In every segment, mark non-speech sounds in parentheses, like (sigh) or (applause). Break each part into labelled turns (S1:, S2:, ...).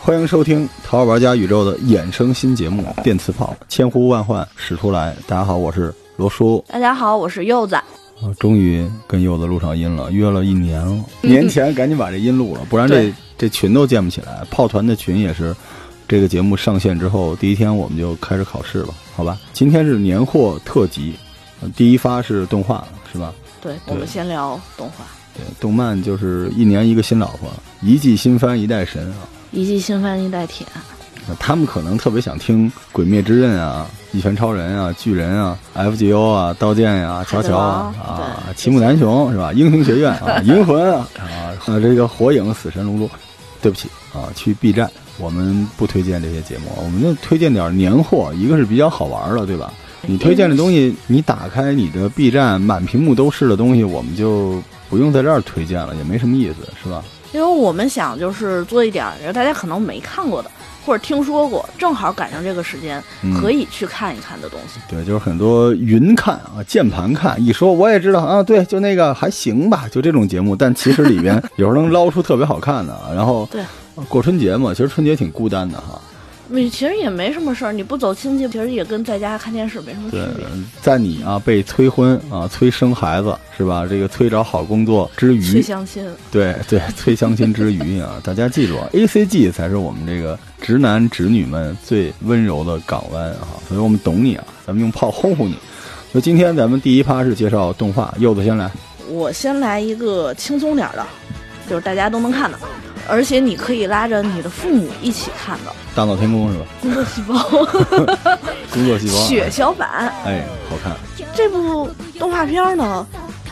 S1: 欢迎收听《淘宝玩家宇宙》的衍生新节目《电磁炮》，千呼万唤始出来。大家好，我是罗叔，
S2: 大家好，我是柚子。
S1: 啊终于跟柚子录上音了，约了一年了。嗯年前赶紧把这音录了，不然这
S2: 对
S1: 这群都建不起来。炮团的群也是，这个节目上线之后第一天我们就开始考试了，好吧？今天是年货特辑，呃第一发是动画，是吧？
S2: 对，我们先聊动画，
S1: 对，动漫就是一年一个新老婆，一季新番一代神啊。
S2: 一季新番一代铁，
S1: 那他们可能特别想听《鬼灭之刃》啊、《一拳超人》啊、《巨人》啊、FGO 啊、刀剑呀、乔乔啊、
S2: 海贼王
S1: 啊、
S2: 对
S1: 齐木楠雄是吧？英雄学院
S2: (laughs)
S1: 啊、银魂啊、啊呃这个火影、死神、龙珠。对不起啊，去 B 站，我们不推荐这些节目，我们就推荐点年货，一个是比较好玩的，对吧？
S2: 哎
S1: 你推荐的东西，你打开你的 B 站，满屏幕都是的东西，我们就不用在这儿推荐了，也没什么意思，是吧？
S2: 因为我们想就是做一点儿，然后大家可能没看过的，或者听说过，正好赶上这个时间，
S1: 嗯
S2: 可以去看一看的东西。
S1: 对，就是很多云看啊，键盘看，一说我也知道啊，对，就那个还行吧，就这种节目。但其实里边有时候能捞出特别好看的啊。然后
S2: 对，
S1: 过春节嘛，其实春节挺孤单的啊哈。
S2: 你其实也没什么事儿，你不走亲戚，其实也跟在家看电视没什么区
S1: 对
S2: 别。，
S1: 在你啊被催婚啊、催生孩子是吧？这个催找好工作之
S2: 去
S1: 余，
S2: 相亲，
S1: 对对，催相亲之余啊，大家记住啊，A (laughs) C G 才是我们这个直男直女们最温柔的港湾啊，所以我们懂你啊，咱们用炮轰轰你。那今天咱们第一趴是介绍动画，柚子先来。
S2: 我先来一个轻松点儿的，就是大家都能看的，而且你可以拉着你的父母一起看的
S1: 大闹天宫是吧？
S2: 《工作细胞》 (laughs)
S1: 工作细胞，
S2: 血小板。
S1: 哎，好看，
S2: 这部动画片呢，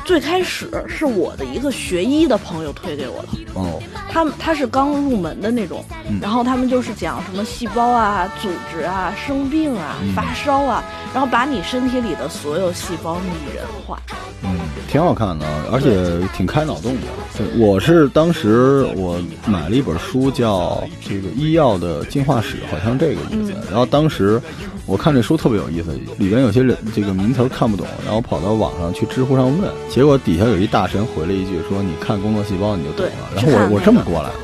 S2: 最开始是我的一个学医的朋友推给我的，
S1: 哦，
S2: 他们他是刚入门的那种，然后他们就是讲什么细胞啊、组织啊、生病啊、发烧啊，然后把你身体里的所有细胞拟人化。
S1: 嗯，挺好看的，而且挺开脑洞的。对，我是当时我买了一本书，叫《这个医药的进化史》，好像这个意
S2: 嗯
S1: 思。然后当时我看这书特别有意思，里边有些人这个名词儿看不懂，然后跑到网上去知乎上问，结果底下有一大神回了一句说：“你看《工作细胞》你就懂了。”然后
S2: 对去看那
S1: 我
S2: 个
S1: 我这么过来了。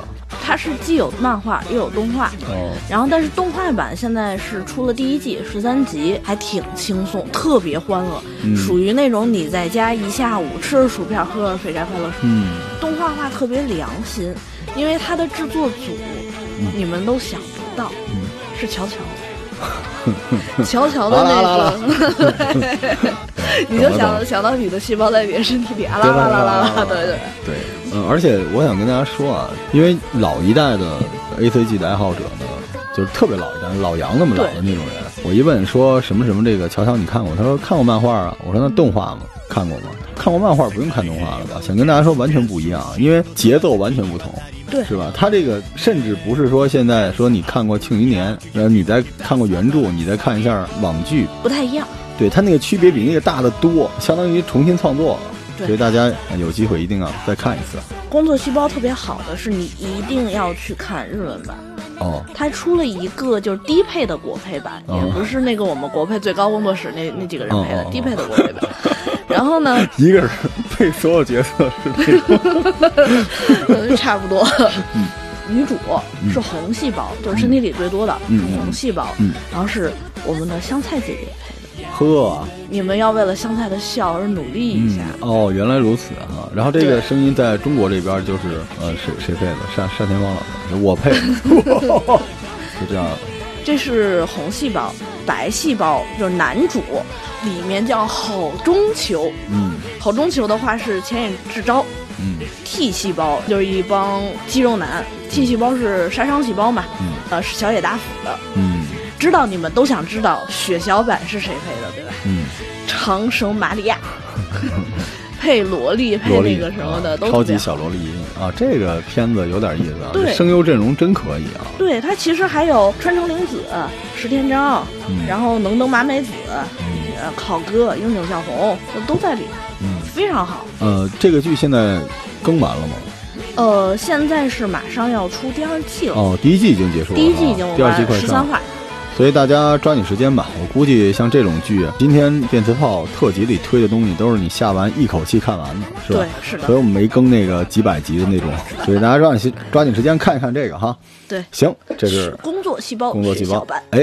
S2: 它是既有漫画又有动画，
S1: 哦，
S2: 然后但是动画版现在是出了第一季十三集，还挺轻松，特别欢乐，属于那种你在家一下午吃着薯片喝着肥宅快乐水。
S1: 嗯，
S2: 动画化特别良心，因为它的制作组，
S1: 嗯
S2: 你们都想不到，是乔
S1: (laughs)
S2: 乔，乔乔的
S1: 啊
S2: 那
S1: 啦啊啦啊
S2: 个， (laughs) 你就
S1: 懂了懂了
S2: 想想到你的细胞在你的身体里，啊啦
S1: 对
S2: 啦啦
S1: 啦
S2: 啦
S1: 啦
S2: 啦，对对，
S1: 对，嗯，而且我想跟大家说啊，因为老一代的 A C G 的爱好者呢，就是特别老一代，老杨那么老的那种人，我一问说什么什么这个乔乔你看过？他说看过漫画啊。我说那动画吗？看过吗？看过漫画不用看动画了吧？想跟大家说完全不一样啊，因为节奏完全不同。
S2: 对
S1: 是吧？他这个甚至不是说现在说你看过《庆余年》，然后你再看过原著，你再看一下网剧，
S2: 不太一样。
S1: 对它那个区别比那个大得多，相当于重新创作了。
S2: 对
S1: 所以大家呃有机会一定要再看一次。啊
S2: 工作细胞特别好的是，你一定要去看日文版。
S1: 哦，
S2: 它出了一个就是低配的国配版，
S1: 哦
S2: 也不是那个我们国配最高工作室那那几个人配的
S1: 哦哦哦
S2: 低配的国配版。然后呢，
S1: 一个人配所有角色是这种。
S2: 嗯，差不多。
S1: 嗯
S2: (laughs) 女主是红细胞，就是身体里最多的
S1: 嗯嗯
S2: 红细胞
S1: 嗯，
S2: 然后是我们的香菜姐姐配的。 (laughs)
S1: 呵，
S2: 你们要为了香菜的笑而努力一下。
S1: 哦，原来如此啊。然后这个
S2: 对
S1: 声音在中国这边就是呃谁谁配的？单单田芳老师，我配的，就
S2: (laughs)
S1: 这样。
S2: 这是红细胞，白细胞就是男主，里面叫好中球。
S1: 嗯
S2: 好中球的话是前野智昭。
S1: 嗯
S2: T 细胞就是一帮肌肉男，T 细胞是杀伤细胞嘛，
S1: 嗯
S2: 呃是小野大辅的。
S1: 嗯
S2: 知道你们都想知道血小板是谁配的，对吧？
S1: 嗯，
S2: 长绳
S1: (laughs)
S2: 玛利亚，配萝莉，配
S1: 萝莉
S2: 那个什么的，
S1: 啊
S2: 都
S1: 超
S2: 特
S1: 级
S2: 别好。
S1: 小萝莉啊，这个片子有点意思啊，
S2: 对
S1: 这声优阵容真可以啊。
S2: 对他其实还有川城绫子、石田章，
S1: 嗯
S2: 然后能登麻美子、
S1: 嗯
S2: 呃考哥、樱井孝宏都在里面，
S1: 嗯，
S2: 非常好。
S1: 呃，这个剧现在更完了吗？
S2: 呃，现在是马上要出第二季了，
S1: 哦，第一季已经结束了啊，
S2: 第一季已经
S1: 第二季
S2: 完
S1: 快
S2: 十
S1: 上
S2: 三
S1: 了，
S2: 话，
S1: 所所以大家抓紧时间吧。我估计像这种剧，啊今天电磁炮特辑里推的东西，都是你下完一口气看完的，是吧？
S2: 对是的
S1: 所以我们没更那个几百集的那种，所以大家抓紧时抓紧时间看一看这个哈。
S2: 对，
S1: 行，这是
S2: 工作细胞，
S1: 工作细
S2: 是
S1: 胞
S2: 小版。。
S1: 哎，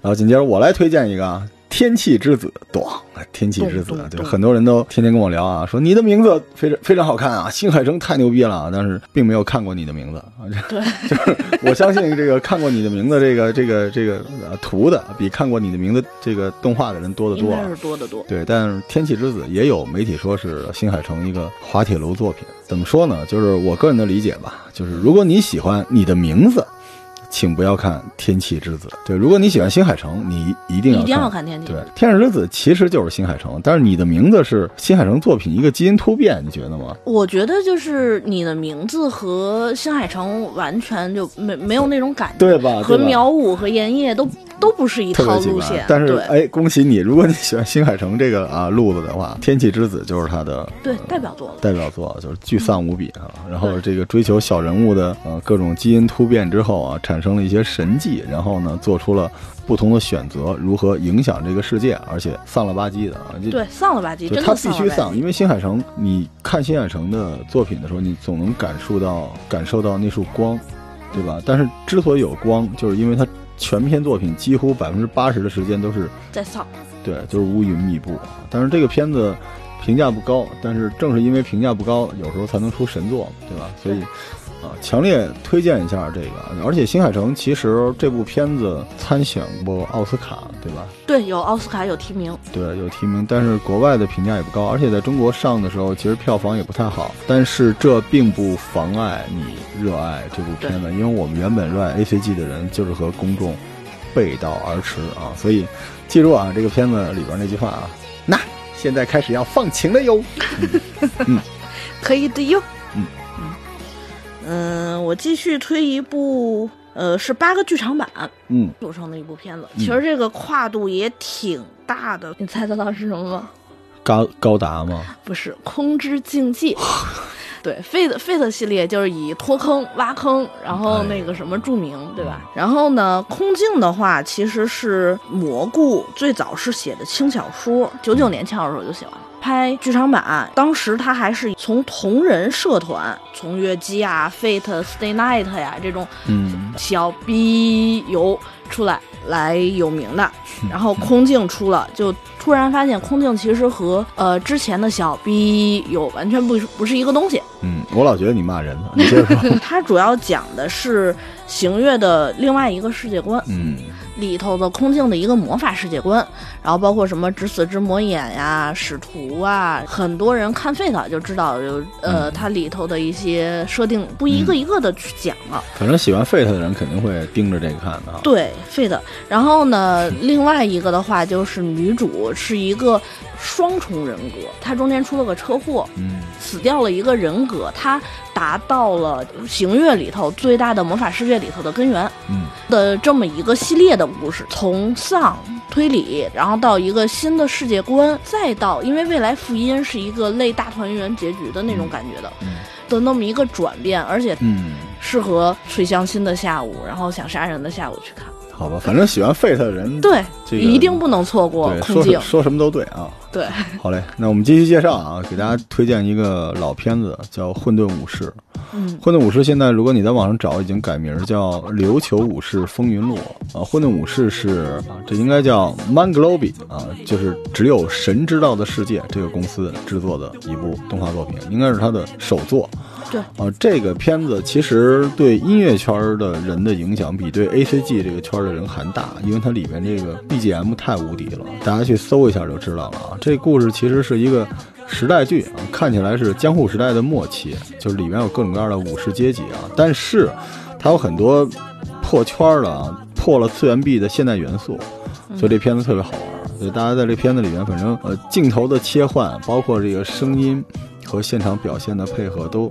S1: 然后紧接着我来推荐一个啊，《天气之子》。咚，《天气之子
S2: 咚咚》
S1: 就
S2: 咚
S1: 很多人都天天跟我聊啊，说你的名字非常非常好看啊，新海诚太牛逼了啊，但是并没有看过你的名字啊。对， (laughs) 就是我相信这个看过你的名字这个这个这个呃图的，比看过你的名字这个动画的人多得
S2: 应
S1: 多
S2: 该
S1: 啊
S2: 是。多得多。
S1: 对，但是《天气之子》也有媒体说是新海诚一个滑铁卢作品。怎么说呢？就是我个人的理解吧，就是如果你喜欢你的名字，请不要看《天气之子》。对，如果你喜欢新海诚，你一定要
S2: 一定要看天气之
S1: 对，
S2: 子
S1: 《天使之子》其实就是新海诚，但是你的名字是新海诚作品一个基因突变，你觉得吗？
S2: 我觉得就是你的名字和新海诚完全就没没有那种感觉，
S1: 对吧啊对
S2: 和
S1: 吧
S2: 苗舞和岩夜都都不是一
S1: 特
S2: 套
S1: 别奇
S2: 路
S1: 葩
S2: 线，，
S1: 但是
S2: 对
S1: 哎，恭喜你！如果你喜欢新海诚这个啊路子的话，《天气之子》就是他的
S2: 对代表作了。
S1: 代表作就是巨丧无比啊。然后这个追求小人物的呃各种基因突变之后啊，产生了一些神迹，然后呢做出了不同的选择，如何影响这个世界，而且丧了吧唧的啊。就
S2: 对，丧了吧唧，
S1: 就
S2: 真
S1: 他
S2: 的
S1: 必
S2: 丧
S1: 须
S2: 了吧
S1: 丧，
S2: 唧。
S1: 因为新海诚，你看新海诚的作品的时候，你总能感受到感受到那束光，对吧？但是之所以有光，就是因为他全篇作品几乎百分之八十的时间都是
S2: 在丧，
S1: 对，就是乌云密布。啊但是这个片子评价不高，但是正是因为评价不高，有时候才能出神作嘛，对吧？所以啊，强烈推荐一下这个。而且新海诚其实这部片子参选过奥斯卡，对吧？
S2: 对，有奥斯卡有提名，
S1: 对，有提名，但是国外的评价也不高，而且在中国上的时候，其实票房也不太好。但是这并不妨碍你热爱这部片子，因为我们原本热爱 A C G 的人就是和公众背道而驰啊。所以记住啊，这个片子里边那句话啊，那现在开始要放晴了哟。
S2: 可以的哟。
S1: 嗯
S2: 嗯我继续推一部，呃，是八个剧场版
S1: 嗯，
S2: 组成的一部片子。其实这个跨度也挺大的，你猜得到是什么吗？
S1: 高高达吗？
S2: 不是《空之境界》。对，Fate Fate 系列就是以脱坑、挖坑，然后那个什么著名，对吧？然后呢，空镜的话其实是蘑菇最早是写的轻小说，九九年轻小说就写完了。拍剧场版，当时他还是从同人社团，从月姬啊、Fate、Stay Night 呀、这种
S1: 嗯，
S2: 小 B 油出来来有名的，然后空镜出了，就突然发现空镜其实和呃之前的小 B 有完全不是不是一个东西。
S1: 嗯，我老觉得你骂人呢，你接着说。
S2: (laughs) 它主要讲的是行月的另外一个世界观
S1: 嗯
S2: 里头的空镜的一个魔法世界观，然后包括什么止死之魔眼呀、使徒啊，很多人看废稿就知道有呃它里头的一些设定，不一个一个的去讲啊了。
S1: 反正喜欢 Fate 的人肯定会盯着这个看的啊。
S2: 对，废的。然后呢，另外一个的话就是女主是一个双重人格，她中间出了个车祸，
S1: 嗯
S2: 死掉了一个人格，她达到了行月里头最大的魔法世界里头的根源
S1: 嗯
S2: 的这么一个系列的故事，从丧推理，然后到一个新的世界观，再到因为未来福音是一个类大团圆结局的那种感觉的
S1: 嗯
S2: 的那么一个转变，而且
S1: 嗯。
S2: 适合睡相亲的下午，然后想杀人的下午去看。
S1: 好吧，反正喜欢 Fate 的人
S2: 对，
S1: 这个
S2: 一定不能错过
S1: 对，
S2: 空
S1: 说
S2: 镜
S1: 什。说什么都对啊。
S2: 对，
S1: 好嘞，那我们继续介绍啊，给大家推荐一个老片子，叫《混沌武士》。
S2: 嗯，
S1: 混沌武士现在如果你在网上找，已经改名儿叫《琉球武士风云录》啊。混沌武士是啊这应该叫 Manglobe 啊，就是只有神知道的世界这个公司制作的一部动画作品，应该是他的首作。
S2: 对
S1: 啊，这个片子其实对音乐圈儿的人的影响比对 A C G 这个圈儿的人还大，因为它里面这个 B G M 太无敌了，大家去搜一下就知道了啊。这故事其实是一个时代剧啊，看起来是江户时代的末期，就是里面有各种各样的武士阶级啊，但是它有很多破圈儿了啊，破了次元壁的现代元素，
S2: 嗯
S1: 所以这片子特别好玩儿。所以大家在这片子里面，反正呃镜头的切换，包括这个声音和现场表现的配合都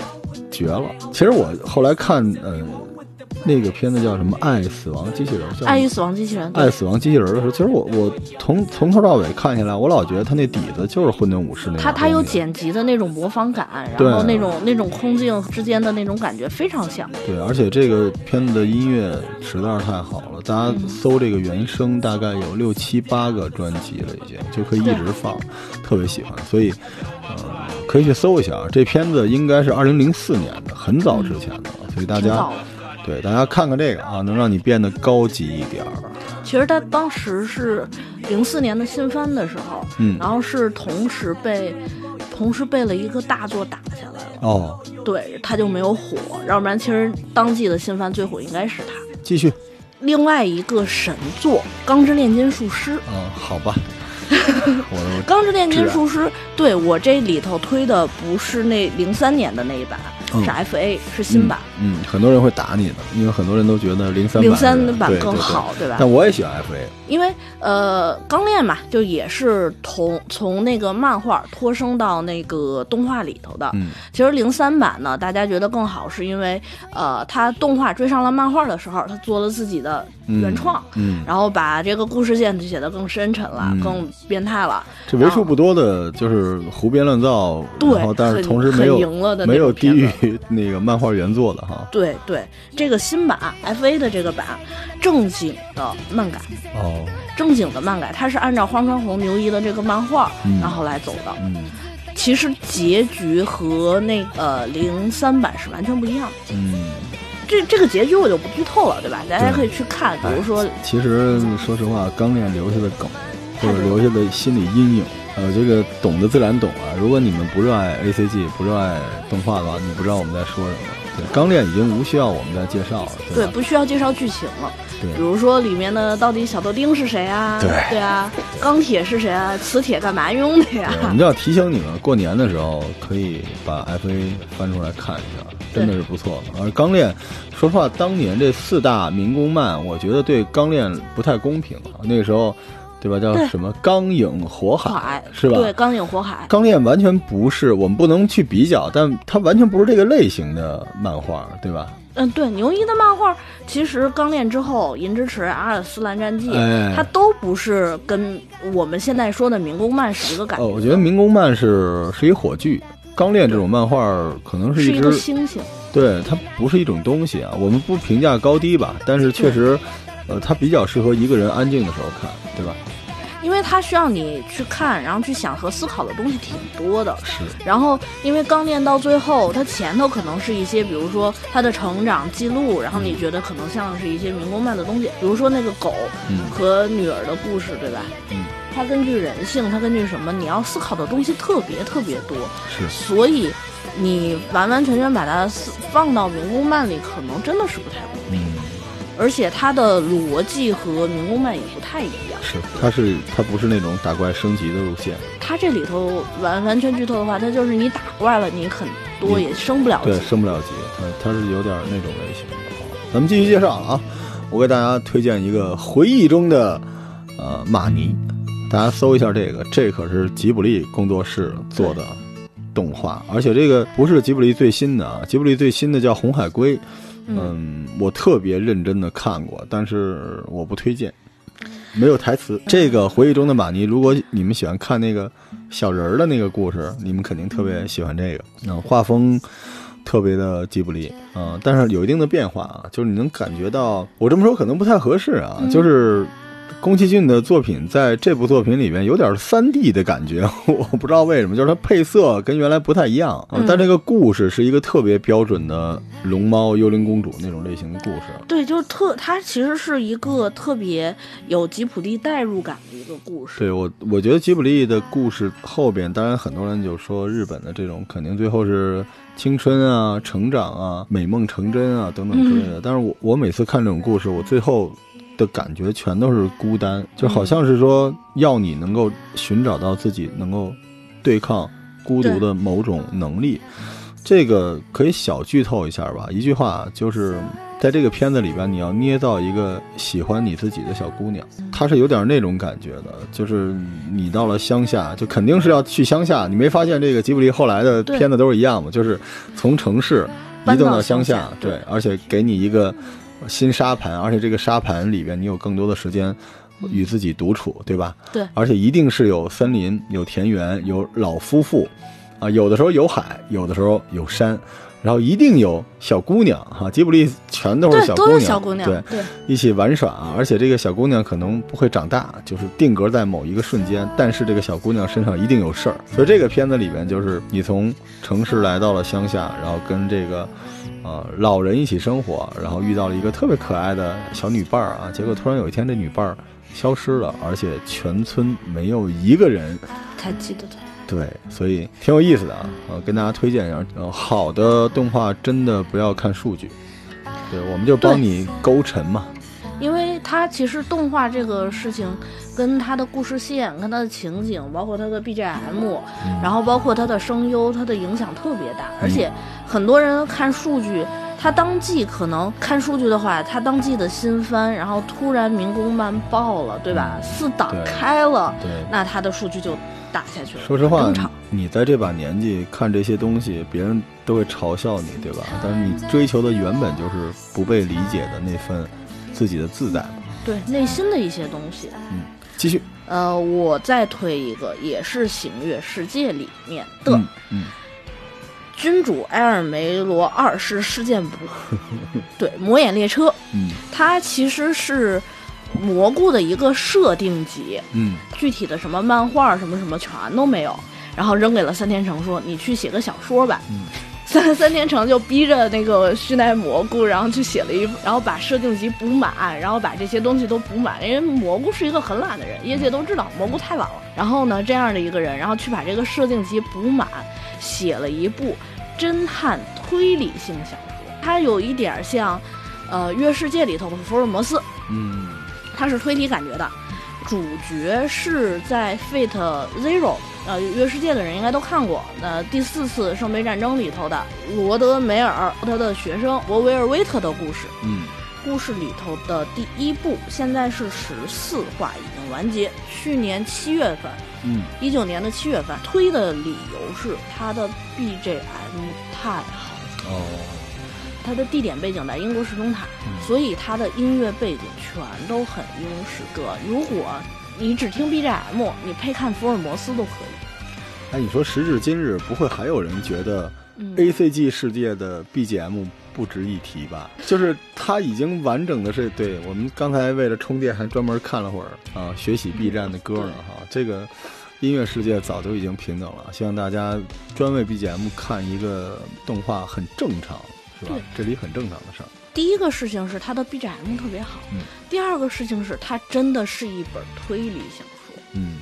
S1: 绝了。其实我后来看呃那个片子叫什么《爱死亡机器人》，叫
S2: 爱与死亡机器人，对
S1: 爱死亡机器人的时候，其实我我从从头到尾看下来，我老觉得他那底子就是混沌武士那样。
S2: 它它有剪辑的那种模仿感，然
S1: 对
S2: 后那种那种空镜之间的那种感觉非常像。
S1: 对，而且这个片子的音乐实在是太好了，大家
S2: 嗯
S1: 搜这个原声，大概有六七八个专辑了，已经就可以一直放，特别喜欢，所以呃可以去搜一下啊。这片子应该是二零零四年的，很早之前的了，所以大
S2: 挺
S1: 家
S2: 早的
S1: 对大家看看这个啊，能让你变得高级一点儿。
S2: 其实他当时是零四年的新番的时候，
S1: 嗯
S2: 然后是同时被同时被了一个大作打下来了，
S1: 哦，
S2: 对，他就没有火，要不然其实当季的新番最火应该是他。
S1: 继续
S2: 另外一个神作《钢之炼金术师》，
S1: 啊、好
S2: (laughs)
S1: 吧，我
S2: 《钢之炼金
S1: 啊
S2: 术师》对我这里头推的不是那零三年的那一版，
S1: 嗯
S2: 是 FA，是新版。
S1: 嗯，嗯，很多人会打你的，因为很多人都觉得零嗯三
S2: 零三
S1: 版
S2: 版
S1: 是
S2: 更好，
S1: 对
S2: 对吧？
S1: 但我也喜欢 FA，
S2: 因为呃，钢炼嘛，就也是从从那个漫画脱生到那个动画里头的。
S1: 嗯
S2: 其实零三版呢，大家觉得更好，是因为呃，他动画追上了漫画的时候，他做了自己的原创，
S1: 嗯，
S2: 然后把这个故事线就写得更深沉了，
S1: 嗯
S2: 更变态了。
S1: 这为数不多的就是胡编乱造，
S2: 对
S1: 然后但是
S2: 很
S1: 同时没
S2: 很赢了
S1: 有
S2: 的那种
S1: 没有低于 (laughs) 那个漫画原作的哈。
S2: 对对，这个新版 F A 的这个版，正经的漫改，
S1: 哦，
S2: 正经的漫改，它是按照荒川弘牛一的这个漫画，
S1: 嗯
S2: 然后来走的。
S1: 嗯
S2: 其实结局和那呃零三版是完全不一样的。
S1: 嗯，
S2: 这这个结局我就不剧透了，对吧？大家
S1: 对哎
S2: 可以去看，比如说，
S1: 其实说实话，钢炼留下的梗
S2: 太
S1: 或
S2: 多
S1: 者
S2: 了
S1: 留下的心理阴影，呃，这个懂的自然懂啊。如果你们不热爱 A C G，不热爱动画的话，你不知道我们在说什么。对，钢炼已经无需要我们再介绍了，
S2: 对，
S1: 对吧？
S2: 不需要介绍剧情了。
S1: 对
S2: 比如说里面的到底小豆丁是谁啊？
S1: 对
S2: 啊，钢铁是谁啊？磁铁干嘛用的呀
S1: 对，？
S2: (laughs)
S1: 我们就要提醒你们，过年的时候可以把 FA 翻出来看一下，真的是不错的。而钢炼，说实话，当年这四大民工漫，我觉得对钢炼不太公平啊。那个时候，对吧？叫
S2: 对
S1: 什么钢影火海
S2: 海
S1: 是吧？
S2: 对，钢影火海。
S1: 钢炼完全不是，我们不能去比较，但它完全不是这个类型的漫画，对吧？
S2: 嗯，对，牛一的漫画其实《钢炼》之后，《银之匙》《阿尔斯兰战记》
S1: 哎
S2: 它都不是跟我们现在说的民工漫是一个感
S1: 哦，我觉得民工漫是是一火炬，钢炼这种漫画可能是
S2: 是
S1: 一
S2: 一
S1: 支
S2: 个星星。
S1: 对，它不是一种东西啊。我们不评价高低吧，但是确实，呃，它比较适合一个人安静的时候看，对吧？
S2: 因为它需要你去看，然后去想和思考的东西挺多的。
S1: 是，
S2: 然后，因为刚练到最后，它前头可能是一些，比如说它的成长记录，然后你觉得可能像是一些民工漫的东西，比如说那个狗
S1: 嗯
S2: 和女儿的故事，对吧？
S1: 嗯，
S2: 它根据人性，它根据什么，你要思考的东西特别特别多，
S1: 是
S2: 所以你完完全全把它思放到民工漫里，可能真的是不太公平，
S1: 嗯，
S2: 而且它的逻辑和民工漫也不太一样。
S1: 是，它是它不是那种打怪升级的路线，
S2: 它这里头完完全剧透的话，它就是你打怪了，你很多也升不了级
S1: 嗯对，。升不了级，它它是有点那种类型的。咱们继续介绍啊，我给大家推荐一个回忆中的呃马尼，大家搜一下这个，这可是吉卜力工作室做的动画，而且这个不是吉卜力最新的啊，吉卜力最新的叫《红海龟》。
S2: 嗯，
S1: 嗯，我特别认真的看过，但是我不推荐，没有台词。这个回忆中的玛尼，如果你们喜欢看那个小人儿的那个故事，你们肯定特别喜欢这个。嗯，画风特别的吉卜力，嗯、但是有一定的变化啊，就是你能感觉到，我这么说可能不太合适啊，
S2: 嗯
S1: 就是。宫崎骏的作品在这部作品里面有点三 D 的感觉， (laughs) 我不知道为什么，就是它配色跟原来不太一样，啊
S2: 嗯
S1: 但这个故事是一个特别标准的龙猫、幽灵公主那种类型的故事。
S2: 对，就是特，它其实是一个特别有吉普力代入感的一个故事。
S1: 对我，我觉得吉卜力的故事后边，当然很多人就说日本的这种肯定最后是青春啊、成长啊、美梦成真啊等等之类的。但是我我每次看这种故事，我最后的感觉全都是孤单，就好像是说要你能够寻找到自己能够对抗孤独的某种能力。这个可以小剧透一下吧，一句话就是。在这个片子里边，你要捏造一个喜欢你自己的小姑娘，她是有点那种感觉的，就是你到了乡下，就肯定是要去乡下。你没发现这个吉卜力后来的
S2: 对
S1: 片子都是一样吗？就是从城市移
S2: 搬
S1: 动
S2: 到
S1: 乡
S2: 乡下对
S1: 对，而且给你一个新沙盘，而且这个沙盘里边你有更多的时间与自己独处，对吧？
S2: 对
S1: 而且一定是有森林、有田园、有老夫妇，啊，有的时候有海，有的时候有山，然后一定有小姑娘哈、吉卜力全都是
S2: 对，
S1: 小
S2: 都
S1: 姑
S2: 是
S1: 娘，
S2: 小姑娘，
S1: 对，
S2: 对
S1: 一起玩耍啊，而且这个小姑娘可能不会长大，就是定格在某一个瞬间，但是这个小姑娘身上一定有事儿。所以这个片子里面就是你从城市来到了乡下，然后跟这个呃老人一起生活，然后遇到了一个特别可爱的小女伴儿啊，结果突然有一天这女伴儿消失了，而且全村没有一个人
S2: 还记得她。
S1: 对，所以挺有意思的啊，呃，跟大家推荐一下，呃，好的动画真的不要看数据，对，我们就帮
S2: 对
S1: 你勾沉嘛。
S2: 因为它其实动画这个事情，跟它的故事线、跟它的情景，包括它的 BGM，然
S1: 嗯
S2: 后包括它的声优，它的影响特别大。而且很多人看数据，他当季可能看数据的话，他当季的新番，然后突然《民工漫》爆了，对吧？四档
S1: 对
S2: 开了，
S1: 对，
S2: 那它的数据就打下去了。
S1: 说实话
S2: 正常，
S1: 你在这把年纪看这些东西，别人都会嘲笑你，对吧？但是你追求的原本就是不被理解的那份自己的自在嘛。
S2: 对内心的一些东西。
S1: 继续，
S2: 呃，我再推一个，也是《行月世界》里面的。
S1: 嗯嗯，
S2: 君主埃尔梅罗二世事件簿，对，魔眼列车，
S1: 嗯
S2: 它其实是蘑菇的一个设定集，
S1: 嗯
S2: 具体的什么漫画什么什么全都没有，然后扔给了三天成说，你去写个小说吧。
S1: 嗯
S2: (laughs) 三三天成就逼着那个须奈蘑菇，然后去写了一，然后把设定集补满，然后把这些东西都补满。因为蘑菇是一个很懒的人，业界都知道蘑菇太懒了。然后呢，这样的一个人，然后去把这个设定集补满，写了一部侦探推理性小说。它有一点儿像，呃，《月世界》里头的福尔摩斯，
S1: 嗯
S2: 它是推理感觉的。主角是在 Fate Zero，呃，月世界的人应该都看过，呃，第四次圣杯战争里头的罗德梅尔他的学生博维尔威特的故事。
S1: 嗯
S2: 故事里头的第一部，现在是十四话已经完结。去年七月份，
S1: 嗯，
S2: 一九年的七月份推的理由是它的 BGM 太好了，
S1: 哦，
S2: 它的地点背景在英国什中塔，
S1: 嗯
S2: 所以它的音乐背景全都很英式歌。如果你只听 BGM，你配看福尔摩斯都可以。
S1: 哎，你说时至今日，不会还有人觉得
S2: 嗯
S1: A C G 世界的 B G M 不值一提吧？就是它已经完整的是，对我们刚才为了充电还专门看了会儿啊，学习 B 站的歌呢
S2: 嗯
S1: 哈。这个音乐世界早就已经平等了，希望大家专为 B G M 看一个动画很正常，是吧
S2: 对？
S1: 这里很正常的事儿。
S2: 第一个事情是它的 BGM 特别好，
S1: 嗯
S2: 第二个事情是它真的是一本推理小说。
S1: 嗯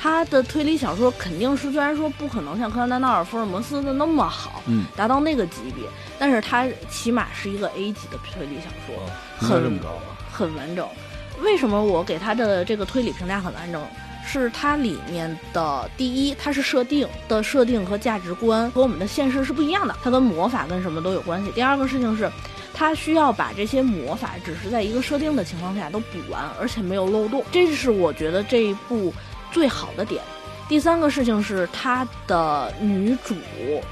S2: 他的推理小说肯定是虽然说不可能像柯南道尔、福尔摩斯的那么好，
S1: 嗯，
S2: 达到那个级别，但是它起码是一个 A 级的推理小说，
S1: 哦，应该这么
S2: 很
S1: 高吧？
S2: 很完整。为什么我给他的这个推理评价很完整？是它里面的第一，它是设定的设定和价值观和我们的现实是不一样的，它跟魔法跟什么都有关系。第二个事情是，它需要把这些魔法只是在一个设定的情况下都补完，而且没有漏洞，这是我觉得这一部最好的点。第三个事情是，它的女主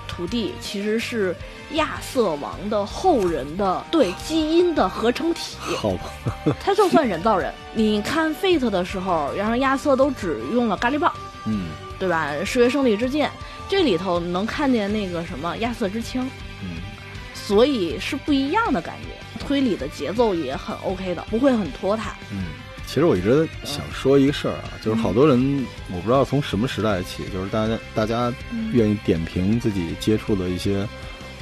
S2: 徒弟其实是亚瑟王的后人的对基因的合成体。
S1: 好吧，
S2: 他就算人造人。你看 Fate 的时候，然后亚瑟都只用了咖喱棒，
S1: 嗯
S2: 对吧？十月胜利之剑，这里头能看见那个什么亚瑟之枪，
S1: 嗯
S2: 所以是不一样的感觉。推理的节奏也很 OK 的，不会很拖沓。
S1: 嗯。其实我一直想说一个事儿啊，就是好多
S2: 嗯
S1: 人，我不知道从什么时代起，就是大家大家愿意点评自己接触的一些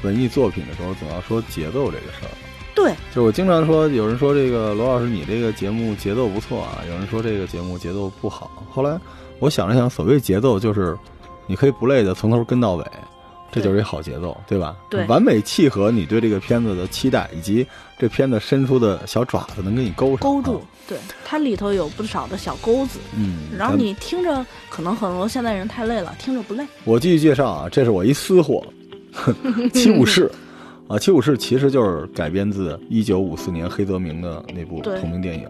S1: 文艺作品的时候，总要说节奏这个事儿。
S2: 对，
S1: 就我经常说，有人说这个罗老师你这个节目节奏不错啊，有人说这个节目节奏不好。后来我想了想，所谓节奏就是你可以不累的从头跟到尾，这就是一好节奏，对吧？
S2: 对
S1: 完美契合你对这个片子的期待，以及这片子伸出的小爪子能给你勾上。
S2: 勾住
S1: 啊，
S2: 对，它里头有不少的小钩子，
S1: 嗯，
S2: 然后
S1: 咱
S2: 你听着，可能很多现在人太累了，听着不累。
S1: 我继续介绍啊，这是我一私货，七武士。啊，《七武士》其实就是改编自一九五四年黑泽明的那部
S2: 对
S1: 同名电影。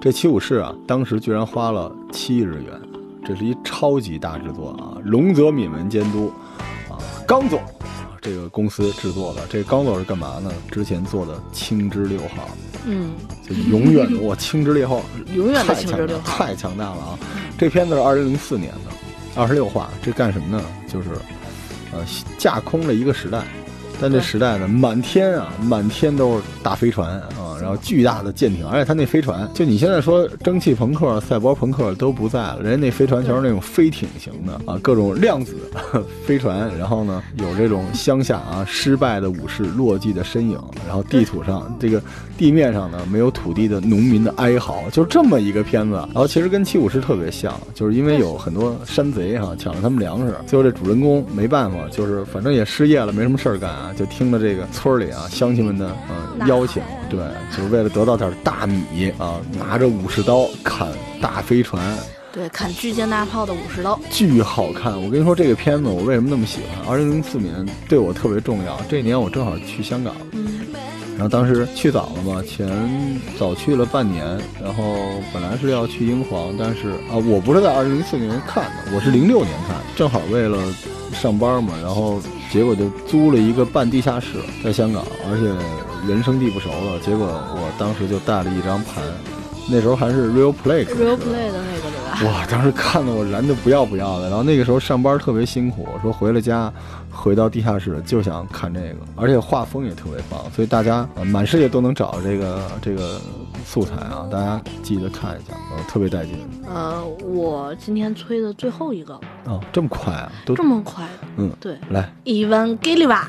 S1: 这《七武士》啊，当时居然花了七日元，这是一超级大制作啊！龙泽敏文监督，啊，刚总啊这个公司制作的。这刚总是干嘛呢？之前做的《青之六号》
S2: 嗯，
S1: 就永远的我青之烈后，
S2: (laughs) 永远的
S1: 太
S2: 青
S1: 强大
S2: 之烈后
S1: 太强大了啊！这片子是二零零四年的，二十六话，这干什么呢？就是呃架空了一个时代，但这
S2: 对
S1: 时代呢，满天啊，满天都是大飞船啊，然后巨大的舰艇，而且它那飞船，就你现在说蒸汽朋克、赛博朋克都不在了，人家那飞船全是那种飞艇型的啊，各种量子飞船，然后呢，有这种乡下啊失败的武士落寂的身影，然后地图上这个地面上呢没有土地的农民的哀嚎，就这么一个片子。然后其实跟《七武士》特别像，就是因为有很多山贼哈、抢了他们粮食，最后这主人公没办法，就是反正也失业了，没什么事儿干啊，就听了这个村儿里啊乡亲们的
S2: 呐
S1: 嗯
S2: 喊
S1: 邀请，对， (laughs) 就是为了得到点大米啊，拿着武士刀砍大飞船，
S2: 对，砍巨舰大炮的五十刀，
S1: 巨好看！我跟你说，这个片子我为什么那么喜欢？二零零四年对我特别重要。这一年我正好去香港，
S2: 嗯
S1: 然后当时去早了嘛，前早去了半年，然后本来是要去英皇，但是啊，我不是在二零零四年看的，我是零六年看的，正好为了上班嘛，然后结果就租了一个半地下室在香港，而且人生地不熟了，结果我当时就带了一张盘，那时候还是 Real Play 可能是
S2: ，real play 的那个对吧？
S1: (laughs) 哇，当时看得我燃的不要不要的。然后那个时候上班特别辛苦，说回了家，回到地下室就想看这个，而且画风也特别棒，所以大家、呃满世界都能找这个这个素材啊，大家记得看一下，呃，特别带劲
S2: 呃，我今天催的最后一个，
S1: 啊、这么快啊，都
S2: 哦这么快，
S1: 嗯
S2: 对
S1: 来，
S2: 伊万·盖利瓦，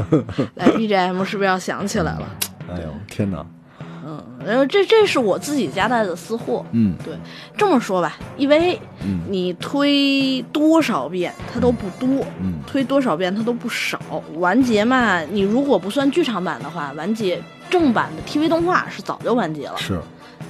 S2: (laughs) 来 BGM 是不是要想起来了？
S1: 哎呦天哪，
S2: 嗯，然后这这是我自己夹带的私货。
S1: 嗯
S2: 对，这么说吧，因为
S1: 嗯
S2: 你推多少遍它都不多，
S1: 嗯
S2: 推多少遍它都不少。完结嘛，你如果不算剧场版的话，完结正版的 TV 动画是早就完结了。
S1: 是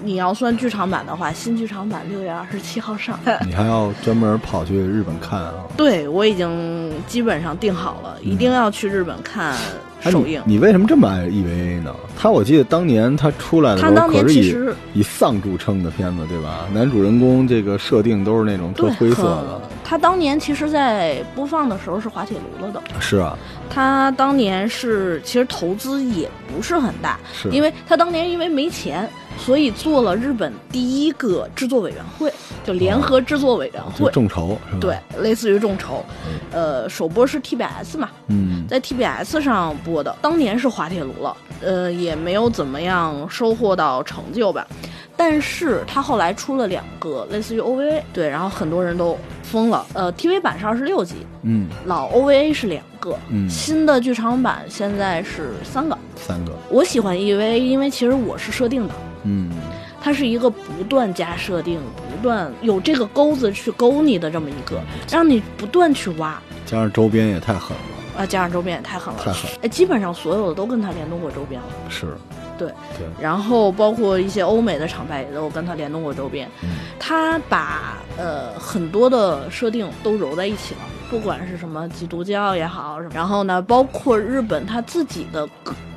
S2: 你要算剧场版的话，新剧场版六月二十七号上。 (laughs)
S1: 你还要专门跑去日本看啊？
S2: 对，我已经基本上定好了，一定要去日本看
S1: 哎
S2: 首映。
S1: 你你为什么这么爱 EVA 呢？他我记得当年他出来的时
S2: 他
S1: 候，
S2: 当年
S1: 可是
S2: 其
S1: 以
S2: 实
S1: 以丧著称的片子，对吧？男主人公这个设定都是那种特
S2: 对
S1: 灰色
S2: 很
S1: 的，，
S2: 他当年其实，在播放的时候是滑铁卢了的。
S1: 是啊，
S2: 他当年是其实投资也不是很大，
S1: 是啊
S2: 因为他当年因为没钱，所以做了日本第一个制作委员会，就联合制作委员
S1: 哦就
S2: 会，
S1: 众筹嗯是吧？
S2: 对，，类似于众筹。呃，首播是 TBS 嘛，
S1: 嗯，
S2: 在 TBS 上播的，当年是滑铁卢了，呃，也没有怎么样收获到成就吧。但是他后来出了两个类似于 OVA，对，然后很多人都疯了。呃，TV 版是二十六集，
S1: 嗯，
S2: 老 OVA 是两个，
S1: 嗯
S2: 新的剧场版现在是三个。
S1: 三个，
S2: 我喜欢 EVA，因为其实我是设定党，
S1: 嗯，
S2: 它是一个不断加设定、不断有这个钩子去勾你的这么一个，让你不断去挖。
S1: 加上周边也太狠了，
S2: 啊，加上周边也太狠了，
S1: 太狠了
S2: 哎，基本上所有的都跟它联动过周边了，
S1: 是，
S2: 对，
S1: 对，
S2: 然后包括一些欧美的厂牌也都跟它联动过周边，
S1: 嗯
S2: 它把呃很多的设定都揉在一起了，不管是什么基督教也好，什么然后呢，包括日本它自己的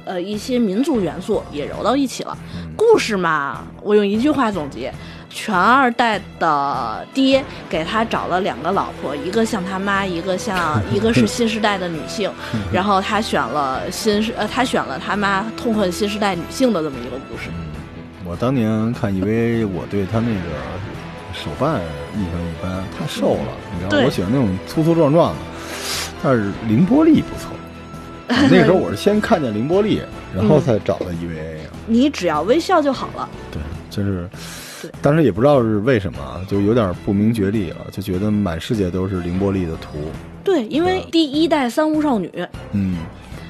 S2: 呃一些民族元素也揉到一起了。
S1: 嗯
S2: 故事嘛，我用一句话总结：全二代的爹给他找了两个老婆，一个像他妈，一个像一个是新时代的女性，然后他选了新时呃，他选了他妈，痛恨新时代女性的这么一个故事。
S1: 嗯，我当年看 EVA，我对他那个手办印象一般，太瘦了，你知道吗，
S2: 对
S1: 我喜欢那种粗粗壮壮的，但是凌波丽不
S2: (laughs)
S1: 错。那时候我是先看见凌波丽，然后才找的 EVA 啊。
S2: 你只要微笑就好了。
S1: 对，真是
S2: 对，
S1: 当时也不知道是为什么啊，就有点不明觉厉了，啊就觉得满世界都是凌波丽的图。
S2: 对，因为第一代三无少女，
S1: 嗯，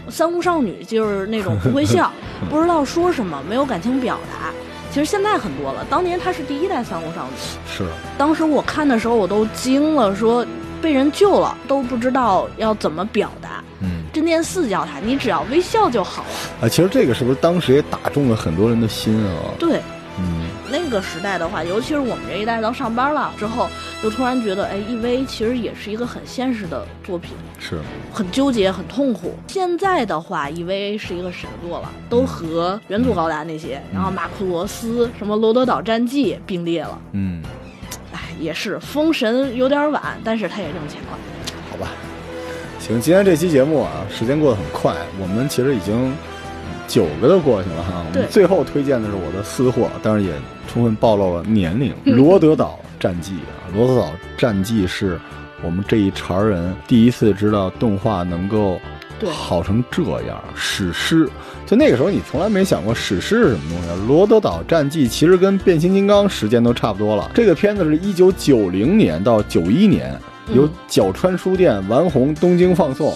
S2: 三无少女就是那种不会笑，不知道说什么，没有感情表达。其实现在很多了，当年她是第一代三无少女。
S1: 是，
S2: 当时我看的时候，我都惊了，说被人救了都不知道要怎么表达。
S1: 嗯，
S2: 这念四教他，你只要微笑就好了。
S1: 啊，其实这个是不是当时也打中了很多人的心啊？
S2: 对，
S1: 嗯，
S2: 那个时代的话，尤其是我们这一代到上班了之后，就突然觉得，哎，EVA 其实也是一个很现实的作品，
S1: 是，
S2: 很纠结，很痛苦。现在的话，EVA 是一个神作了，都和远祖高达那些，
S1: 嗯
S2: 然后马库罗斯、什么罗德岛战记并列了。
S1: 嗯，
S2: 哎，也是封神有点晚，但是它也挣钱了。
S1: 好吧。行，今天这期节目啊，时间过得很快，我们其实已经九个都过去了哈。我
S2: 对
S1: 们最后推荐的是我的私货，当然也充分暴露了年龄。
S2: 嗯
S1: 罗德岛战记啊，罗德岛战记是我们这一茬儿人第一次知道动画能够
S2: 对
S1: 好成这样，史诗。就那个时候，你从来没想过史诗是什么东西啊。罗德岛战记其实跟变形金刚时间都差不多了。这个片子是一九九零年到九一年，
S2: 嗯
S1: 由角川书店、丸红、东京放送。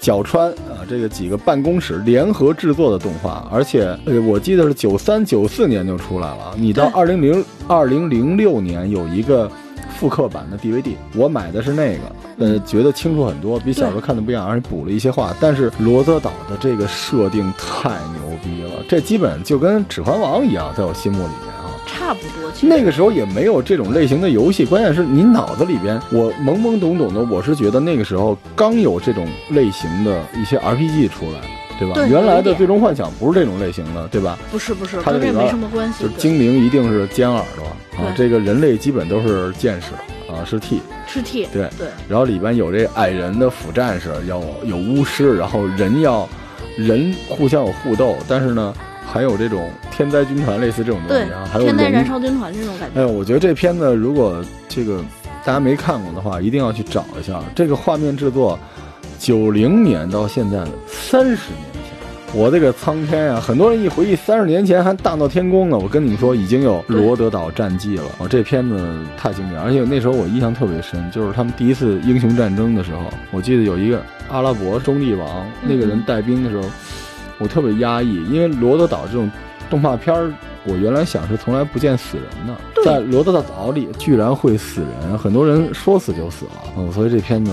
S1: 角川啊，这个几个办公室联合制作的动画，而且呃我记得是九三九四年就出来了。你到二零零二零零六年有一个复刻版的 DVD，我买的是那个，呃，觉得清楚很多，比小时候看的不一样，而且补了一些话。但是罗泽岛的这个设定太牛逼了，这基本就跟《指环王》一样，在我心目里面啊。
S2: 差不多。其实
S1: 那个时候也没有这种类型的游戏，关键是你脑子里边，我懵懵懂懂的，我是觉得那个时候刚有这种类型的一些 RPG 出来，对吧？
S2: 对
S1: 原来
S2: 有
S1: 的
S2: 一点
S1: 《最终幻想》不是这种类型的，对吧？
S2: 不是不是，
S1: 它
S2: 跟
S1: 这
S2: 这
S1: 里
S2: 没
S1: 边
S2: 什么关系
S1: 啊就是。精灵一定是尖耳朵啊，
S2: 对
S1: 这个人类基本都是剑士啊，是 T。
S2: 对吃 T，
S1: 对
S2: 对
S1: 然后里边有这矮人的辅战士，有有巫师，然后人要人互相有互斗，但是呢，还有这种天灾军团类似这种东
S2: 对
S1: 西啊，还，有
S2: 天灾
S1: 龙
S2: 燃烧军团这种感
S1: 哎呦，
S2: 觉，
S1: 我觉得这片子如果这个大家没看过的话，一定要去找一下。这个画面制作，九零年到现在三十年前，我这个苍天啊！很多人一回忆三十年前还大闹天宫呢。我跟你们说，已经有《罗德岛战记》了。哦，这片子太经典，而且那时候我印象特别深，就是他们第一次英雄战争的时候，我记得有一个阿拉伯中立王那个人带兵的时候，我特别压抑，因为罗德岛这种动画片儿，我原来想是从来不见死人的，
S2: 对
S1: 在罗德岛里居然会死人，很多人说死就死了，嗯，所以这片子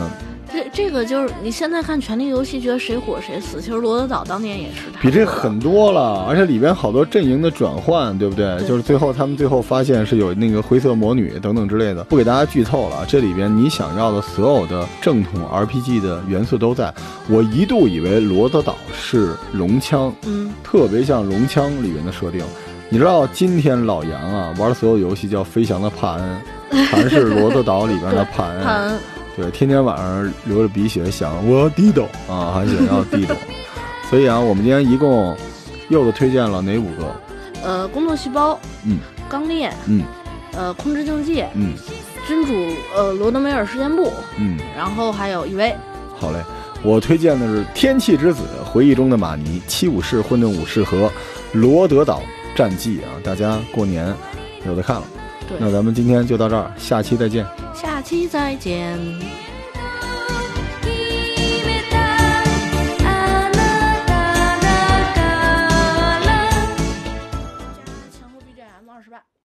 S2: 这这个就是你现在看《权力游戏》，觉得谁火谁死，其实罗德岛当年也是他。
S1: 比这狠多了，而且里边好多阵营的转换，对不对？
S2: 对
S1: 就是最后他们最后发现是有那个灰色魔女等等之类的，不给大家剧透了。这里边你想要的所有的正统 RPG 的元素都在。我一度以为罗德岛是龙枪，
S2: 嗯，
S1: 特别像《龙枪》里面的设定。你知道今天老杨啊玩的所有游戏叫《飞翔的帕 (laughs) 恩》，还是《罗德岛》里边的帕恩，
S2: 帕恩
S1: 对，天天晚上流着鼻血想我要地斗啊，还想要 (laughs) 地斗。所以啊，我们今天一共柚子推荐了哪五个？
S2: 呃，工作细胞，
S1: 嗯，
S2: 刚烈，
S1: 嗯
S2: 呃，控制境界，
S1: 嗯
S2: 君主，呃，罗德梅尔事件簿，
S1: 嗯，
S2: 然后还有一位，
S1: 好嘞。我推荐的是《天气之子》《回忆中的马尼》《七武士混沌武士》和《罗德岛战记》啊，大家过年有的看了。
S2: 对，
S1: 那咱们今天就到这儿，下期再见。
S2: 下期再见。
S3: 「決めたあなただから」
S2: 前后 BGM 二十万。